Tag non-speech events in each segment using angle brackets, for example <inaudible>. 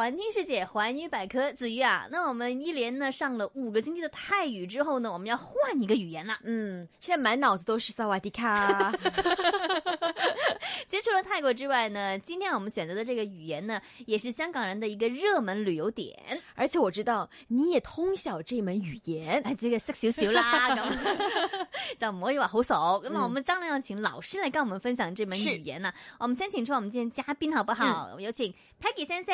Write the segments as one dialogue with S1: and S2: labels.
S1: 环听世界，环宇百科，子瑜啊，那我们一连呢上了五个星期的泰语之后呢，我们要换一个语言啦。
S2: 嗯，现在满脑子都是萨瓦迪 <laughs> 卡。
S1: 其实除了泰国之外呢，今天我们选择的这个语言呢，也是香港人的一个热门旅游点。
S2: 而且我知道你也通晓这门语言，
S1: 啊，这个識少少
S2: <laughs>
S1: 啦，咁就唔可以话好熟。咁啊，我们张亮要请老师来跟我们分享这门
S2: 是
S1: 语言呢、我们先请出我们今天嘉宾好不好？
S2: 嗯
S1: 我们有请 Peggy 先生。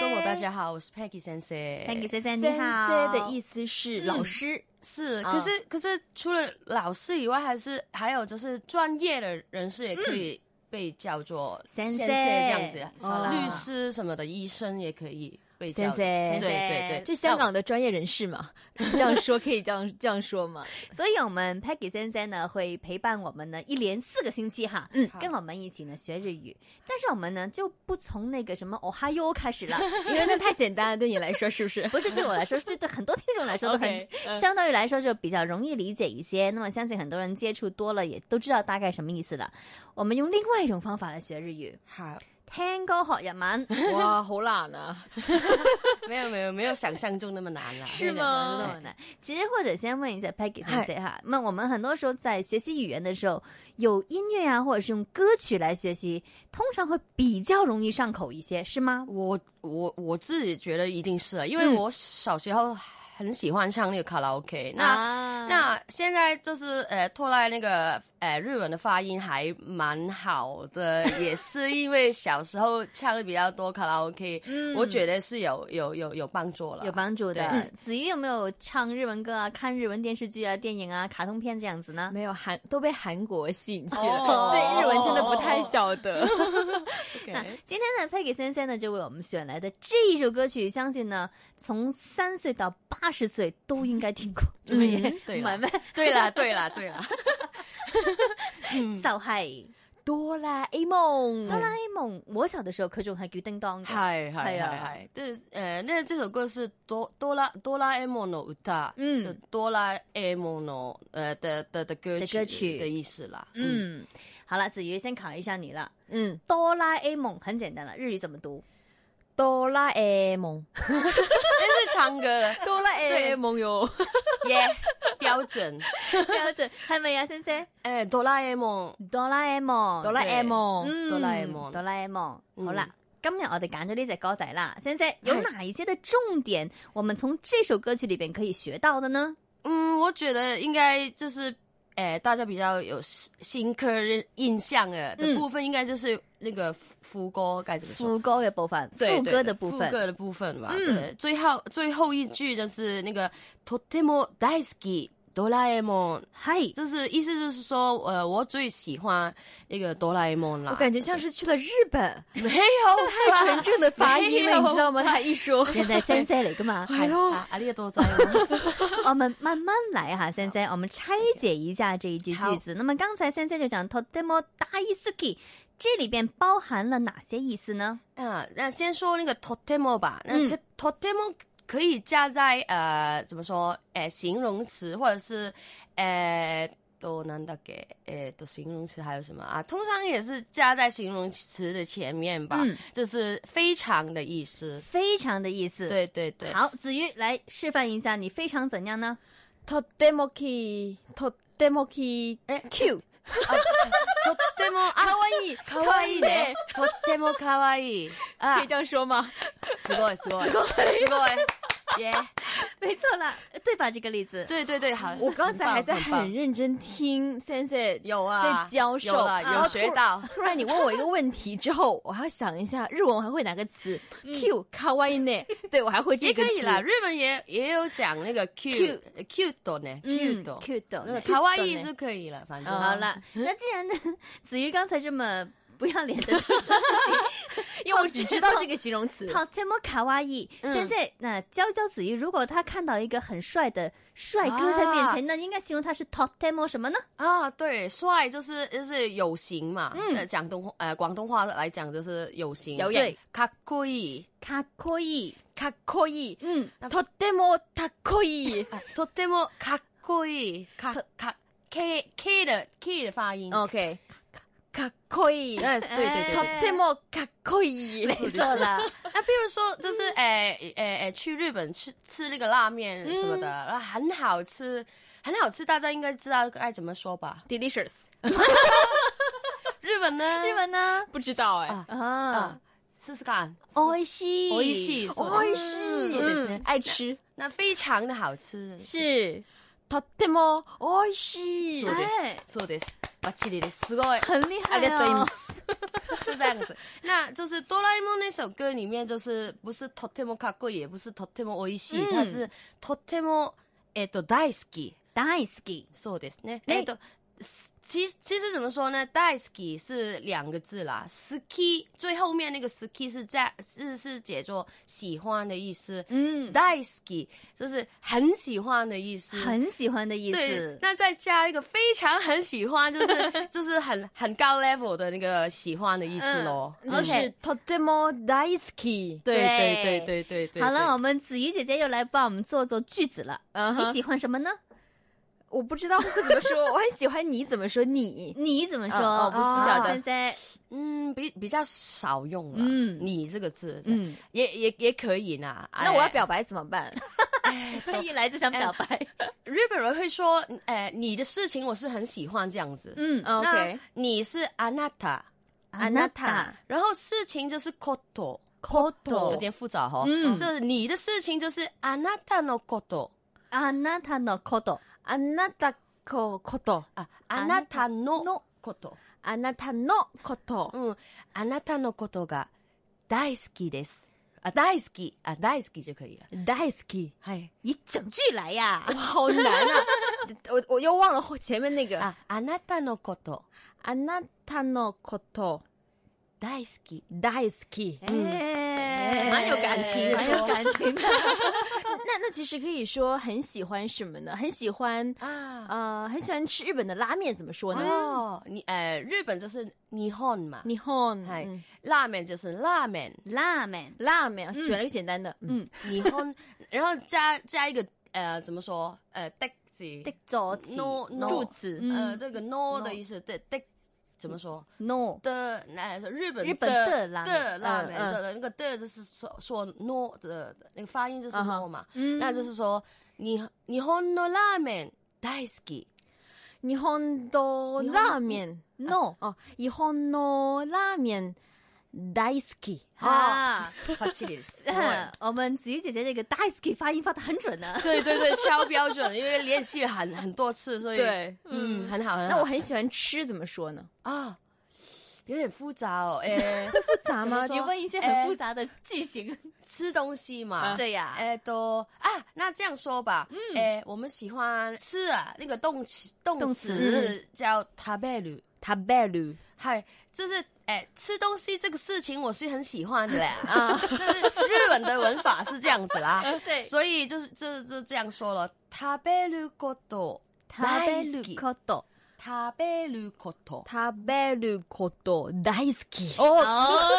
S3: 各啊位大家好，我是 Peggy 先生。
S1: ，Peggy 先生你好。
S2: sensei 的意思是老师。
S3: 是，
S2: 啊
S3: 可是、可是除了老师以外，还是还有就是专业的人士也可以被叫做
S1: Sensei
S3: 这样子，
S2: 哦
S3: 律师什么的，医生也可以被叫
S2: Sensei
S3: 对
S2: Sensei
S3: 对对，
S2: 就香港的专业人士嘛，这样 <laughs> 说可以这样这样说吗？
S1: 所以，我们 Peggy 先生呢会陪伴我们呢一连四个星期哈，
S2: 嗯
S1: 跟我们一起呢学日语。但是我们呢就不从那个什么哦哈哟开始了，
S2: 因为那太简单了，对你来说是不 <laughs> 是？
S1: 不是对我来说，是对很多听众来说
S2: <laughs>
S1: 都很
S3: OK，嗯
S1: 相对于来说就比较容易理解一些。那么相信很多人接触多了，也都知道大概什么意思了。我们用另外一种方法来学日语，
S3: 好，
S1: 听歌学日文。
S2: 哇，好懒啊！
S3: 没有没有没有想象中那么难啦。
S2: 是吗
S1: 真的很难。其实或者先问一下 Peggy 先生哈，那我们很多时候在学习语言的时候，有音乐啊，或者是用歌曲来学习，通常会比较容易上口一些，是吗？
S3: 我我我自己觉得一定是啊，
S2: 嗯
S3: 因为我小时候很喜欢唱那个卡拉 OK，、那。
S1: 啊
S3: 那现在就是呃，托赖那个呃日文的发音还蛮好的，也是因为小时候唱的比较多卡拉 OK，、我觉得是有有有有帮助了。
S1: 嗯有帮助的。
S3: 对
S1: 嗯子瑜有没有唱日文歌啊？看日文电视剧啊、电影啊、卡通片这样子呢？
S2: 没有韩都被韩国吸引去了，
S3: 哦
S2: 所以日文真的不太晓得。
S1: 那今天呢，Peggy 先生呢就为我们选来的这一首歌曲，相信呢从三岁到八十岁都应该听过， <laughs> 对不对？
S3: 对
S1: 买
S3: 啦
S1: 卖
S3: <laughs> 对啦，对啦，对
S1: <laughs>
S3: 啦，
S1: 就係
S2: <laughs> 哆啦 A 梦，
S1: 哆啦 A 夢，我小的時候佢仲係叫叮當嘅。
S3: 嗨
S1: 係
S3: 嗨
S1: 啊
S3: 嗨嗨，这呃，那这首歌是哆哆啦哆啦 A 梦的歌，
S1: 嗯
S3: 就哆啦 A 梦的呃的的的歌
S1: 的
S3: 曲
S1: 歌曲
S3: 的意思啦。嗯，
S1: 嗯，好了，子瑜先考一下你了。
S2: 嗯，
S1: 哆啦 A 梦很简单了，日语怎么读？
S2: 哆啦 A 梦，，
S3: 这是唱歌了
S2: 哆啦
S1: <laughs>
S3: A
S2: 梦哟。
S3: 耶，标准。
S1: 标准，还没啊，先生。
S3: 哎，哆啦 A 梦。
S1: 哆啦 A 梦，
S2: 哆啦 A <laughs> 梦，
S1: 嗯
S3: 哆啦 A 梦
S1: 哆啦 A 梦。
S3: 嗯
S1: 好啦，今日我哋揀咗呢只歌仔啦，先生有哪一些的重点，我们从这首歌曲里边可以学到的呢？
S3: 嗯，我觉得应该就是，诶、大家比较有新新刻印象的的
S1: 嗯
S3: 部分，应该就是那个副副歌该怎么说？
S1: 副歌的部分，
S3: 对
S1: 副
S3: 对
S1: 歌
S3: 对
S1: 的部
S3: 副
S1: 分。
S3: 歌的部分吧。
S1: 嗯
S3: 对，最后最后一句就是那个“とても大好き哆啦 A 梦
S1: 嗨，”，
S3: 就是意思就是说，呃，我最喜欢那个哆啦 A 梦啦。
S2: 我感觉像是去了日本，
S3: 没有
S2: 太
S3: 吧
S2: 纯正的发音了，
S3: 没有
S2: 你知道 <laughs> 吗？他一说，
S1: 现在先
S2: <laughs>
S1: 生嚟噶嘛？
S2: 哎呦
S3: 啊，ありがとうございます。
S1: <laughs> 我们慢慢来哈，先生，我们拆解一下这一句句子。那么刚才先生就讲 “to demo da i s u k i 这里边包含了哪些意思呢？
S3: 啊，那先说那个 totemo 吧，那
S1: 嗯
S3: t- totemo 可以加在呃怎么说？呃，形容词或者是呃。都难得给，诶，都形容词还有什么啊？通常也是加在形容词的前面吧，
S1: 嗯
S3: 就是非常的意思。
S1: 非常的意思。，
S3: 对对对，
S1: 好，子瑜来示范一下，你非常怎样呢？
S2: とってもきとっても <laughs> き
S3: 诶
S2: Q，
S3: とっ
S2: <laughs>
S3: てもあ可愛い可愛いね。とっても可愛い
S2: 可 <laughs>
S3: 啊
S2: 以，这样说吗？
S3: すごいすごいすごい，耶！
S1: 没错啦，对吧？这个例子，
S3: 对对对，好，
S2: 我刚才
S3: 棒
S2: 还在
S3: 很棒
S2: 很认真听 sensei
S3: 有啊，
S2: 在教授啊
S3: 有了
S2: 然
S3: 有
S2: 后
S3: 学
S2: 突
S3: 到。
S2: 突然你问我一个问题之后，我还要想一下日文我还会哪个词？Q 卡哇伊 <laughs> 呢？对我还会这
S3: 也
S2: 个
S3: 可
S2: 词。
S3: 以啦，日本也也有讲那个 cute cute 呢
S1: 嗯
S3: ，cute
S1: cute
S3: 那个
S1: 呢
S3: 卡哇伊就可以了，反正
S1: 好了， <laughs> 那既然呢，子瑜刚才这么不要脸
S3: <laughs>
S1: 的说
S2: 因为我只知道这个形容词。
S1: 好 t e m o 卡哇伊，
S3: 嗯
S1: 现在那教教子瑜，如果他看到一个很帅的帅哥在面前，那应该形容他是 top t e m o 什么呢？
S3: 啊，对，帅就是就是有型嘛，
S2: 嗯
S3: 呃，讲东呃广东话来讲就是有型，
S2: 有
S1: 型
S3: 对，卡酷伊，
S1: 卡酷伊，
S2: 卡哇伊，
S1: 嗯，
S2: とってもかっこいい。
S3: <laughs> 啊とても卡酷伊，卡卡 K K 的 K 的发音，
S2: OK，哦かっこいい，
S3: 哎，对对对
S2: と
S3: 对。
S2: ってもかっこいい。
S1: 没错
S3: <laughs>
S1: 了，
S3: 那比如说，就是诶诶诶，去日本吃吃那个拉面什么的，然后很好吃，很好吃，大家应该知道该怎么说吧？
S2: Delicious，
S3: 日本呢？
S1: 日文呢
S2: 不知道哎
S3: 啊
S1: 啊
S3: 啊，，试试看，
S1: おいしい，
S3: 美味しい，
S2: 美味しい
S3: 嗯
S1: 嗯
S2: 爱吃。
S3: 那非常的好吃，
S1: 是，
S2: とっても美味しい
S3: そう。です
S1: 哎，
S3: そうです。バッチリです。すごい。
S1: 很厉害、哦，
S2: ありがとうございます。
S3: <laughs> 是这样子。那就是《哆啦 A 梦》那首歌里面，就是不是とてもかっこいい，也不是とても美味しい，
S1: 嗯
S3: 它是とてもえっと大好き。
S1: 大好き，
S3: そうですね。
S1: ね
S3: えっと。其其实怎么说呢？大好き是两个字啦，ski 最后面那个 ski 是在是是解作喜欢的意思，
S1: 嗯，
S3: 大好き就是很喜欢的意思，
S1: 很喜欢的意
S3: 对
S1: 思，，
S3: 那再加一个非常很喜欢，就
S1: <laughs>
S3: 是就是很很高 level 的那个喜欢的意思喽。
S1: 嗯
S2: 就
S1: OK
S2: 是とっても大好き。
S1: 对
S3: 对对对对对对。
S1: 好了，我哦
S3: 对，
S1: 们子怡姐姐又来帮我们做做句子了。
S2: 嗯
S3: 啊
S1: 你
S2: 哼，
S1: 喜欢什么呢？
S2: 我不知道怎么说， <laughs> 我很喜欢你怎么说你。
S1: 你怎么说？
S2: 哦哦
S3: 不不晓得
S1: 三三，
S3: 嗯，比比较少用了。
S1: 嗯
S3: 你这个字，嗯，
S1: 嗯，
S3: 也也也可以啦。
S2: 那我要表白怎么 <laughs> 办？
S1: 他嗯 <laughs> 一来就想
S3: <laughs>
S1: 表白。
S3: 哎日本人会说，哎，你的事情我是很喜欢这样子。
S1: 嗯，啊
S2: 嗯，OK
S3: 那你是 anata，
S1: あ
S2: あ
S1: な
S2: な
S1: た
S2: た
S3: 然后事情就是 koto。
S2: koto
S3: 有点复杂哈、
S1: 嗯
S3: 是你的事情就是 anata no koto
S1: あなたのこと
S2: あなたここと。
S3: 啊，anata no koto。
S2: あなたのこと。
S3: うん、嗯あなたのことが大好きです。あ、大好き。あ、大好き就可以了。
S2: 大好き。
S3: はい。
S1: 你整句来呀！
S2: 好难啊！ <laughs> 我我又忘了后前面那个
S3: あ、啊あなたのこと
S2: あなたのこと
S3: 大好き。
S2: 大好き。
S1: 哎
S3: 嗯蛮有感情的
S1: 蛮有
S3: 说
S1: 感情的。
S2: 那那其实可以说很喜欢什么呢？很喜欢
S3: あ
S2: 呃，很喜欢吃日本的拉面，怎么说呢？
S3: 哦，你呃，日本就是日本嘛，
S2: 日本
S3: はい
S2: 嗯
S3: 拉面就是 <laughs> 拉面，
S1: <laughs> 辣妹，
S2: 拉面，选了个简单的。嗯，
S3: 日本，然后 <laughs> 加加一个呃，怎么说？呃，的字，
S1: 的左起
S3: no no
S2: 助词
S3: 呃，
S1: 嗯
S3: 这个 no 的意思，的的怎么说？
S1: no
S3: 的，那日本
S1: 日本的拉面
S3: 的拉面，
S2: 嗯嗯
S3: 这那个的就是说说 no 的那个发音就是
S2: 嗯
S3: no
S2: 哼
S3: 嘛，
S1: 嗯
S3: 那就是说你日本のラーメン大好き，
S2: 日本の拉面
S1: no
S2: 哦，日本の拉面大好き。
S1: 啊！
S3: パチ
S1: <laughs>
S3: リです。
S1: 我们子怡姐姐这个 daisy 发音发的很准
S3: <laughs>
S1: 呢。
S3: 对对对，超标准，因为练习了很很多次，所以，嗯，很好很
S2: 那我
S3: 好
S2: 很喜欢吃，怎么说呢？
S3: 啊，有点复杂哦，哎，
S2: 复杂吗？
S3: 怎
S1: 你
S3: 么说
S1: 问一些很复杂的句型，
S3: 吃东西 <laughs> 嘛，
S1: 对呀
S3: 哎都啊，那这样说吧，哎，我们喜欢吃啊，那个动词
S1: 动
S3: 动
S1: 词
S3: 词是叫食べる。
S2: 食べる。
S3: 嗨，就是哎，吃东西这个事情我是很喜欢的嘞
S2: 啊
S3: 啊，但是日本的文法是这样子啦，
S1: 嗯 <laughs> 对
S3: 所以就是就就这样说了，食べること大好き，
S1: こと。
S3: 食べること，
S2: 食べること大好き。
S3: 哦，
S1: 哦，
S3: すごい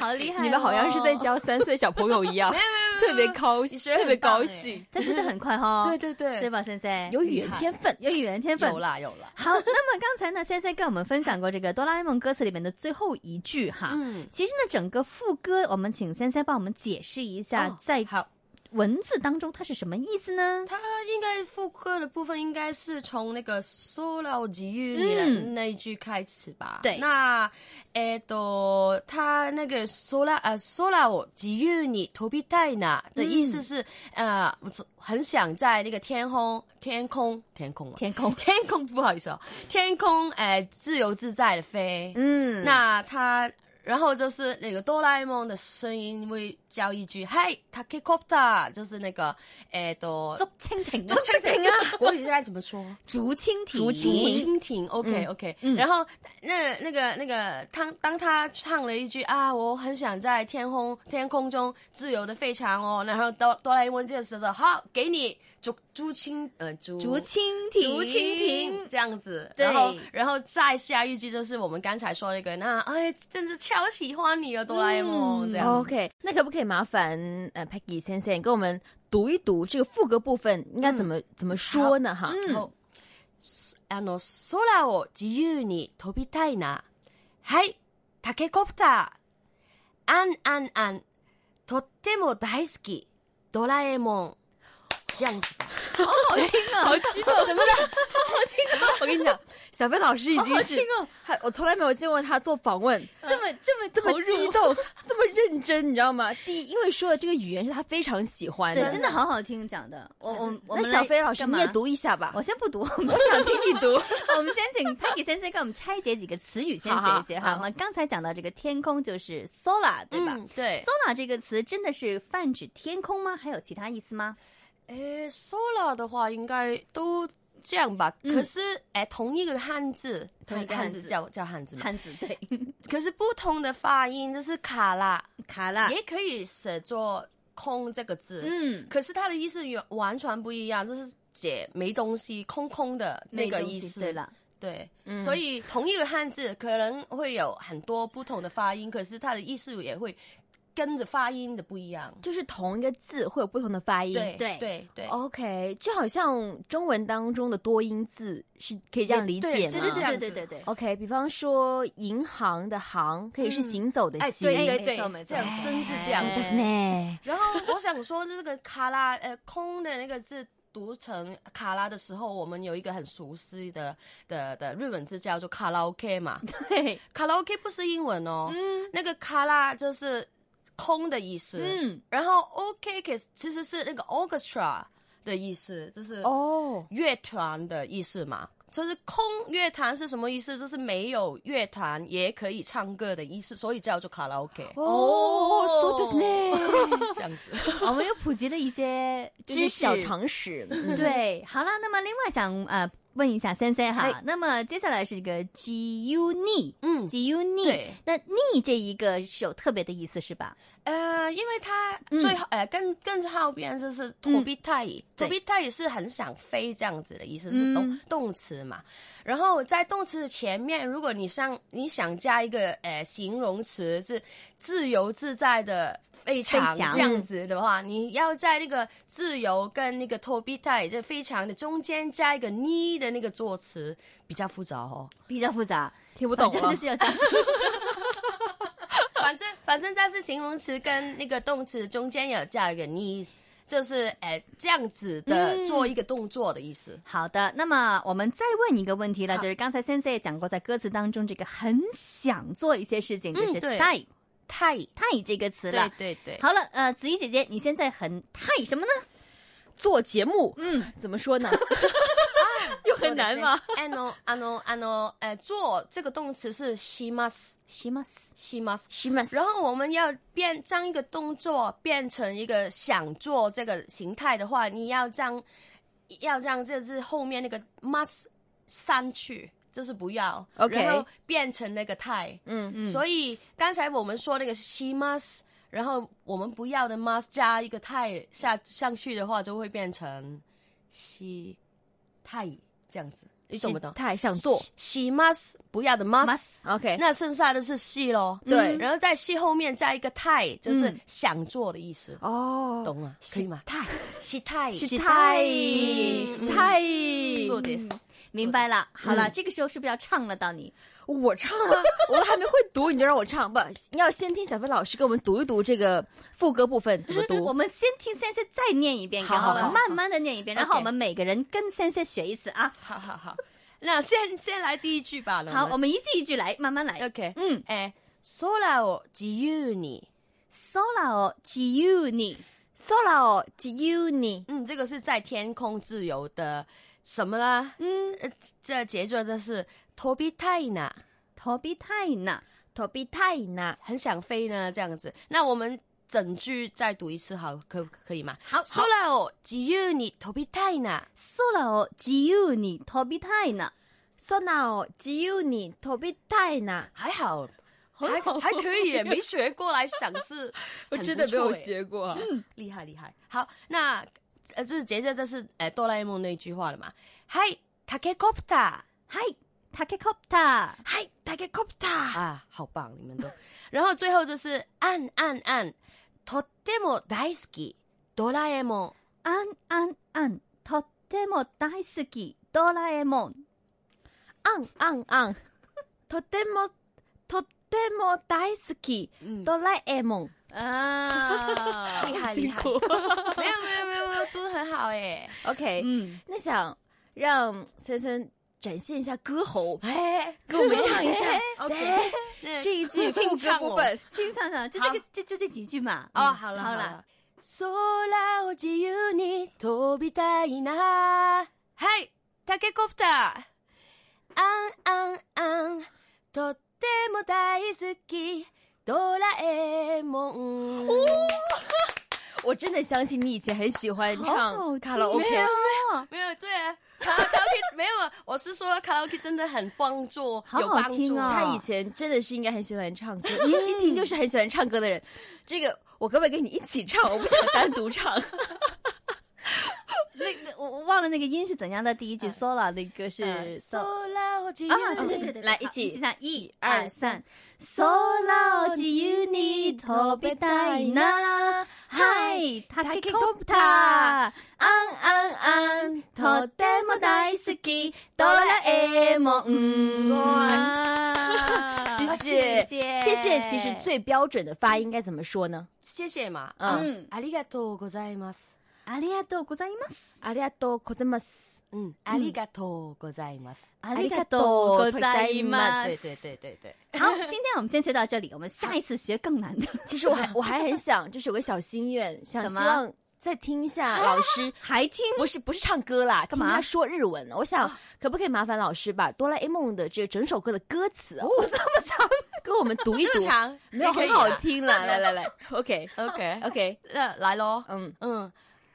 S1: 好厉害！哦
S2: 你们好像是在，教三岁小朋友 <laughs> 一样，
S1: <laughs>
S2: 特别高兴，
S3: 你学得
S2: 特别
S3: 很棒
S2: 高
S3: 哎
S2: 兴。
S1: 但学的很快哈。
S3: <laughs> 对对对，
S1: 对吧，森森？
S2: 有语言天分，
S1: 有语言天分
S3: 有。啦有啦，
S1: 好，那么刚才呢，森森跟我们分享过这个哆啦 A 梦歌词里面的最后一句哈。
S3: 嗯，
S1: 其实呢，整个副歌我们请森森帮我们解释一下，
S3: 哦
S1: 在
S3: 好。
S1: 文字当中它是什么意思呢？
S3: 它应该副歌的部分应该是从那个 solo 给予你的
S1: 嗯
S3: 那一句开始吧。
S1: 对
S3: 那えっと，它那个 solo 呃 solo 给予你飛びたいな的意思是、
S1: 嗯
S3: 呃，我很想在那个天空天空天空啊
S1: 天空。
S3: 天空不好意思哦，天空哎、呃自由自在的飞。
S1: 嗯，
S3: 那它。然后就是那个哆啦 A 梦的声音会叫一句“嗨 t a k i c o p t e 就是那个，哎，都
S1: 竹蜻蜓啊， <laughs>
S3: 竹蜻蜓啊，国语该怎么说？
S1: 竹蜻蜓，
S2: 竹蜻蜓
S3: 蜻蜓，OK OK。然后那那个那个，当当他唱了一句啊，我很想在天空天空中自由的飞翔哦，然后哆哆啦 A 梦这时候好给你竹竹蜻呃竹
S1: 竹蜻蜓，
S3: 竹蜻蜓。这样子，
S1: 对
S3: 然后然后再下一句就是我们刚才说那个，那哎，真是超喜欢你哦，哆啦 A 梦这样子。
S2: 嗯 OK，那可不可以麻烦呃 Peggy 先生跟我们嗯读一读这个副歌部分应该怎么、怎么说呢？哈，
S3: 然后，诶、あの、空を自由に飛びたいな。はい、タケコプター。あんあんあん。とっても大好き。ドラえもん。这样子吧。
S2: 好激动，怎么了？好激动！我跟你讲，小飞老师已经 <laughs> 是他，我从来没有见过他做访问
S1: 哦这么嗯这么
S2: 这么
S1: 投入，
S2: 激动， <laughs> 这么认真，你知道吗？第一，因为说的这个语言是他非常喜欢
S1: 对，
S2: 的
S1: 真。的好好听讲的。我我我
S2: 那
S1: 们
S2: 小
S1: 来
S2: 飞老师
S1: 干嘛
S2: 你也，读一下吧，
S1: 我先 <laughs> 不读，我们
S2: 我想听你读。
S1: 我们先请 Peggy 先生给我们拆解几个词语， <laughs> 先
S2: 好
S1: 学
S2: 好
S1: 一学
S2: 好
S1: 哈。我们刚才讲到这个天空就是 solar，对吧
S3: 嗯对。
S1: ？solar 这个词真的是泛指天空吗？还有其他意思吗？
S3: 诶，solar 的话应该都这样吧。可是诶，同一个汉字，
S1: 同一个
S3: 汉
S1: 汉字
S3: 叫叫汉字嘛。
S1: 汉字 <laughs> 对，
S3: 可是不同的发音，就是卡啦，
S1: 卡拉，
S3: 也可以写作空这个字。
S1: 嗯，
S3: 可是它的意思完完全不一样，就是解没东西、空空的那个
S1: 没东西
S3: 意思。
S1: 对嗯了，
S3: 对
S2: 嗯 <laughs>
S3: 所以同一个汉字可能会有很多不同的发音，可是它的意思也会跟着发音的不一样。
S2: 就是同一个字会有不同的发音。
S3: 对
S1: 对哦
S3: 对对，
S2: OK，就好像中文当中的多音字是可以这样理解
S3: 对
S2: 吗？
S1: 对
S3: 对
S1: 对
S3: 这
S1: 对
S3: 样子
S1: 对对对对，
S2: OK，比方说银行的行可以是
S3: 嗯
S2: 行走的
S3: 哎，
S2: 行，
S3: 对对
S1: 没
S3: 对
S1: 错没，错
S3: 这样真是这
S1: 哎
S3: 样
S1: 是。的
S2: 呢。
S3: 然后我想说，这个卡拉呃空的那个字读成卡拉的时候，我们有一个很熟悉的的的日文字叫做卡拉 OK 嘛，
S1: <laughs> 对，
S3: 卡拉 OK 不是英文哦，
S2: 嗯
S3: 那个卡拉就是空的意思，
S1: 嗯，
S3: 然后 OK 其实其实是那个 orchestra 的意思，就是
S2: 哦，
S3: 乐团的意思嘛。就是空乐团是什么意思？就是没有乐团也可以唱歌的意思，所以叫做卡拉 OK，
S2: 哦，そうですね。
S3: 这样子。
S1: 我们又普及了一些
S2: <laughs> 就
S1: 知识
S2: 是小常识，
S3: <laughs>
S1: <laughs>
S2: 嗯，
S1: 对，好了，那么另外想呃问一下森森哈
S3: 哎
S2: 嗨，
S1: 那么接下来是这个 G U N I
S3: 嗯，
S1: G U N I，
S3: 对
S1: 那 N 这一个是有特别的意思是吧？
S3: 呃，因为它
S1: 嗯
S3: 最后、呃更更后边就是托比泰语，
S1: 对
S3: 托比泰语是很想飞这样子的意思，
S1: 嗯
S3: 是动、动词嘛。然后在动词的前面，如果你想你想加一个呃形容词，是自由自在的非常
S1: 飞翔嗯
S3: 这样子的话，你要在那个自由跟那个托比泰这非常的中间加一个呢的那个作词，比较复杂哦。
S1: 比较复杂，
S2: 听不
S3: 啊
S1: 反正就是
S3: <laughs>
S1: 要讲
S3: 反正反正它是形容词跟那个动词中间有加一个你，就是哎这样子的做一个动作的意思。
S1: 好的，那么我们再问一个问题了，
S3: 好
S1: 就是刚才先生也讲过，在歌词当中，这个很想做一些事情，就是
S3: 嗯对
S1: 太
S3: 太，
S1: 太这个
S2: 嗯
S1: 词
S3: 对
S1: 了。
S3: 对对，
S1: 好了，呃，子怡姐姐，你现在很太什么呢？
S2: 做节目，
S1: 嗯，
S2: 怎么说呢？又很难 <laughs> 吗？
S3: あのあのあの，哎，做这个动词是します
S1: します。
S3: します。
S2: します
S3: 然后我们要变将一个动作变成一个想做这个形态的话，你要将要让这是后面那个 must 删去，就是不要
S2: OK
S3: 然后变成那个态。
S2: 嗯，
S1: 嗯
S3: 所以刚才我们说那个西 must，然后我们不要的 must 加一个太下上去的话，就会变成西太这样子，你懂不懂？
S2: 太想做
S3: 西 must 不要的 must，
S1: must
S2: ，OK，
S3: 那剩下的是西咯。
S2: 对
S3: 然后在西后面加一个太，就是
S1: 嗯
S3: 想做的意思，
S2: 哦，
S3: 懂吗？可以吗？
S2: 太
S3: 西太，
S2: 是太
S1: 嗯
S2: 是太，
S3: 做的
S1: 嗯明白了。好
S3: 嗯
S1: 了，这个时候是不是要唱了？到你
S2: 我唱啊， <laughs> 我都还没会读，你就让我唱，不，你要先听小飞老师给我们读一读这个副歌部分怎么
S1: <laughs> 我
S2: 读。
S1: 们先听先生再念一遍，
S3: 好
S1: 然后我
S3: 好
S1: 们
S3: 好
S1: 慢慢的念一遍，然后
S3: OK
S1: 我们每个人跟先生学一次啊。
S3: 好好好，那先先来第一句吧。那
S1: 好，
S3: 我
S1: 我
S3: 们
S1: 们一句一句来，慢慢来。
S3: OK，
S1: 嗯
S3: 哎，空を自由に。
S1: ，sola 哦，chiuni。
S2: Solo 自由你，
S3: 嗯，这个是在天空自由的什么呢？
S1: 嗯，
S3: 呃，这杰作这是托比泰呢，
S1: 逃避太难。
S2: 逃避太难。
S3: 很想飞呢，这样子。那我们整句再读一次好，可可以吗？
S1: 好
S3: 空を自由に飛びたいな。
S1: 空を自由に飛びたいな。
S2: Solo 自由哦你，逃避太难。
S3: 还好，还还可以耶，没学过来想 <laughs> 是，
S2: 过、啊。
S3: 厉害厉害。好，那呃，这是杰作，这是呃哆啦 A 梦那句话了嘛？嗨，タケコプタ
S1: はい、タケコプター。
S2: 嗨，大概 copter。
S3: 啊，好棒，你们都。 <laughs> 然后最后就是按按按，とっても大好きドラえもん。
S1: あんあんあん、とっても大好き、ドラえもん。
S2: on on on，とてもとても大好き
S3: 嗯，
S2: 哆啦 A 梦。
S1: 啊，
S3: <laughs>
S2: 厉害
S1: 辛苦，
S3: 没有没有没有没有，读的很好哎，
S2: OK，、
S1: 嗯，
S2: 那想让森森展现一下歌喉，
S3: 哎，
S2: 给我们唱一下
S3: OK
S2: 来
S3: 那
S2: 这一
S3: <laughs>
S2: 句副
S3: 清
S2: 歌
S3: 唱
S2: 部
S3: 哦
S2: 分。
S1: 清唱唱，啊就这个，这就这几句嘛。
S3: 哦，
S1: 嗯
S3: 好了
S1: 好
S3: 好
S1: 了
S3: 了，空を自由に飛びたいな。はい、タケコプター。あんあんあん、とっても大好き、ドラえもん。
S2: 我真的相信你以前很喜欢
S1: 好好
S2: 唱
S1: 哦听
S2: 卡拉
S3: 没有
S2: OK，
S3: 没有对啊，卡拉卡拉 OK 没有，我是说卡拉 OK 真的很帮助，
S1: 好
S3: 有
S1: 好
S3: 帮
S1: 听
S3: 助。
S1: 哦
S2: 他以前真的是应该很喜欢唱歌，你一听就是很喜欢唱歌的人。这个我可不可以跟你一起唱？我不想单独唱。
S1: 那那我我忘了那个音是怎样的，第一句 solo 那个是 solo。
S3: 空を自由
S1: 啊，
S3: に
S1: 嗯对对对对，
S2: 来
S1: 好
S2: 一起
S1: 一起唱，一二三。空を自由に飛べたいな。はい、タケコプター。あんあんあん、とっても大好き、ドラえもん。哇
S2: 谢
S1: e <laughs> 谢
S2: 谢，谢谢。其实最标准的发音该怎么说呢？
S3: 谢谢嘛。
S2: 嗯，
S1: 嗯，
S3: ありがとうございます。
S1: 啊ありがとうございます。
S2: 阿里阿多科兹马斯，
S3: 嗯，ありがとうございます。
S1: あ
S2: りがとうございま
S3: 对对对对对，
S1: 好，今天我们先学到这里，我们下一次学更难的。
S2: <laughs> 其实我还我还很想，就是有个小心愿，想
S1: 怎
S2: 希
S1: 么。
S2: 望再听一下老师
S1: 还听
S2: 不是不是唱歌啦，干
S1: 嘛
S2: 他说日文呢？我
S3: 哦
S2: 想可不可以麻烦老师把《哆啦 A 梦》的这整首歌的歌词，哦，这么长，给我们读一
S3: 这
S2: 读
S3: 么，长
S2: 没有
S3: 可
S2: 很
S3: 以
S2: 好
S3: 啦
S2: 听啦，来来来，OK
S3: OK
S1: <laughs>
S2: OK，
S3: 那来喽。
S2: 嗯，
S3: 嗯，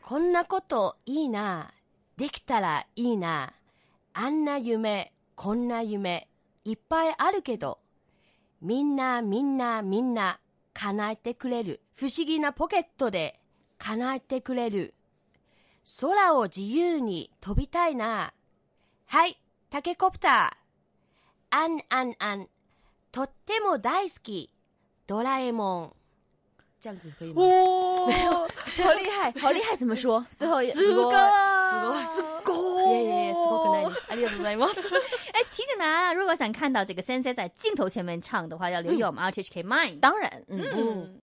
S3: こんなこといいな。できたらいいな。あんな夢、こんな夢、いっぱいあるけど、みんなみんなみんな叶えてくれる。不思議なポケットで叶えてくれる。空を自由に飛びたいな。はい、タケコプター。あんあんあん、とっても大好き、ドラえもん。这样子可以吗？
S2: 哦，好厉害，好厉害，怎么说？最后
S3: <laughs>
S2: 一
S1: すごい
S2: すご
S3: い
S2: い
S3: やいやいや、すごくないです。ありがとうございます。
S1: 哎，提醒大家，如果想看到这个 Sensei 在镜头前面唱的话，要留意我们 RTHK Mind。
S2: 当然，嗯
S1: 嗯。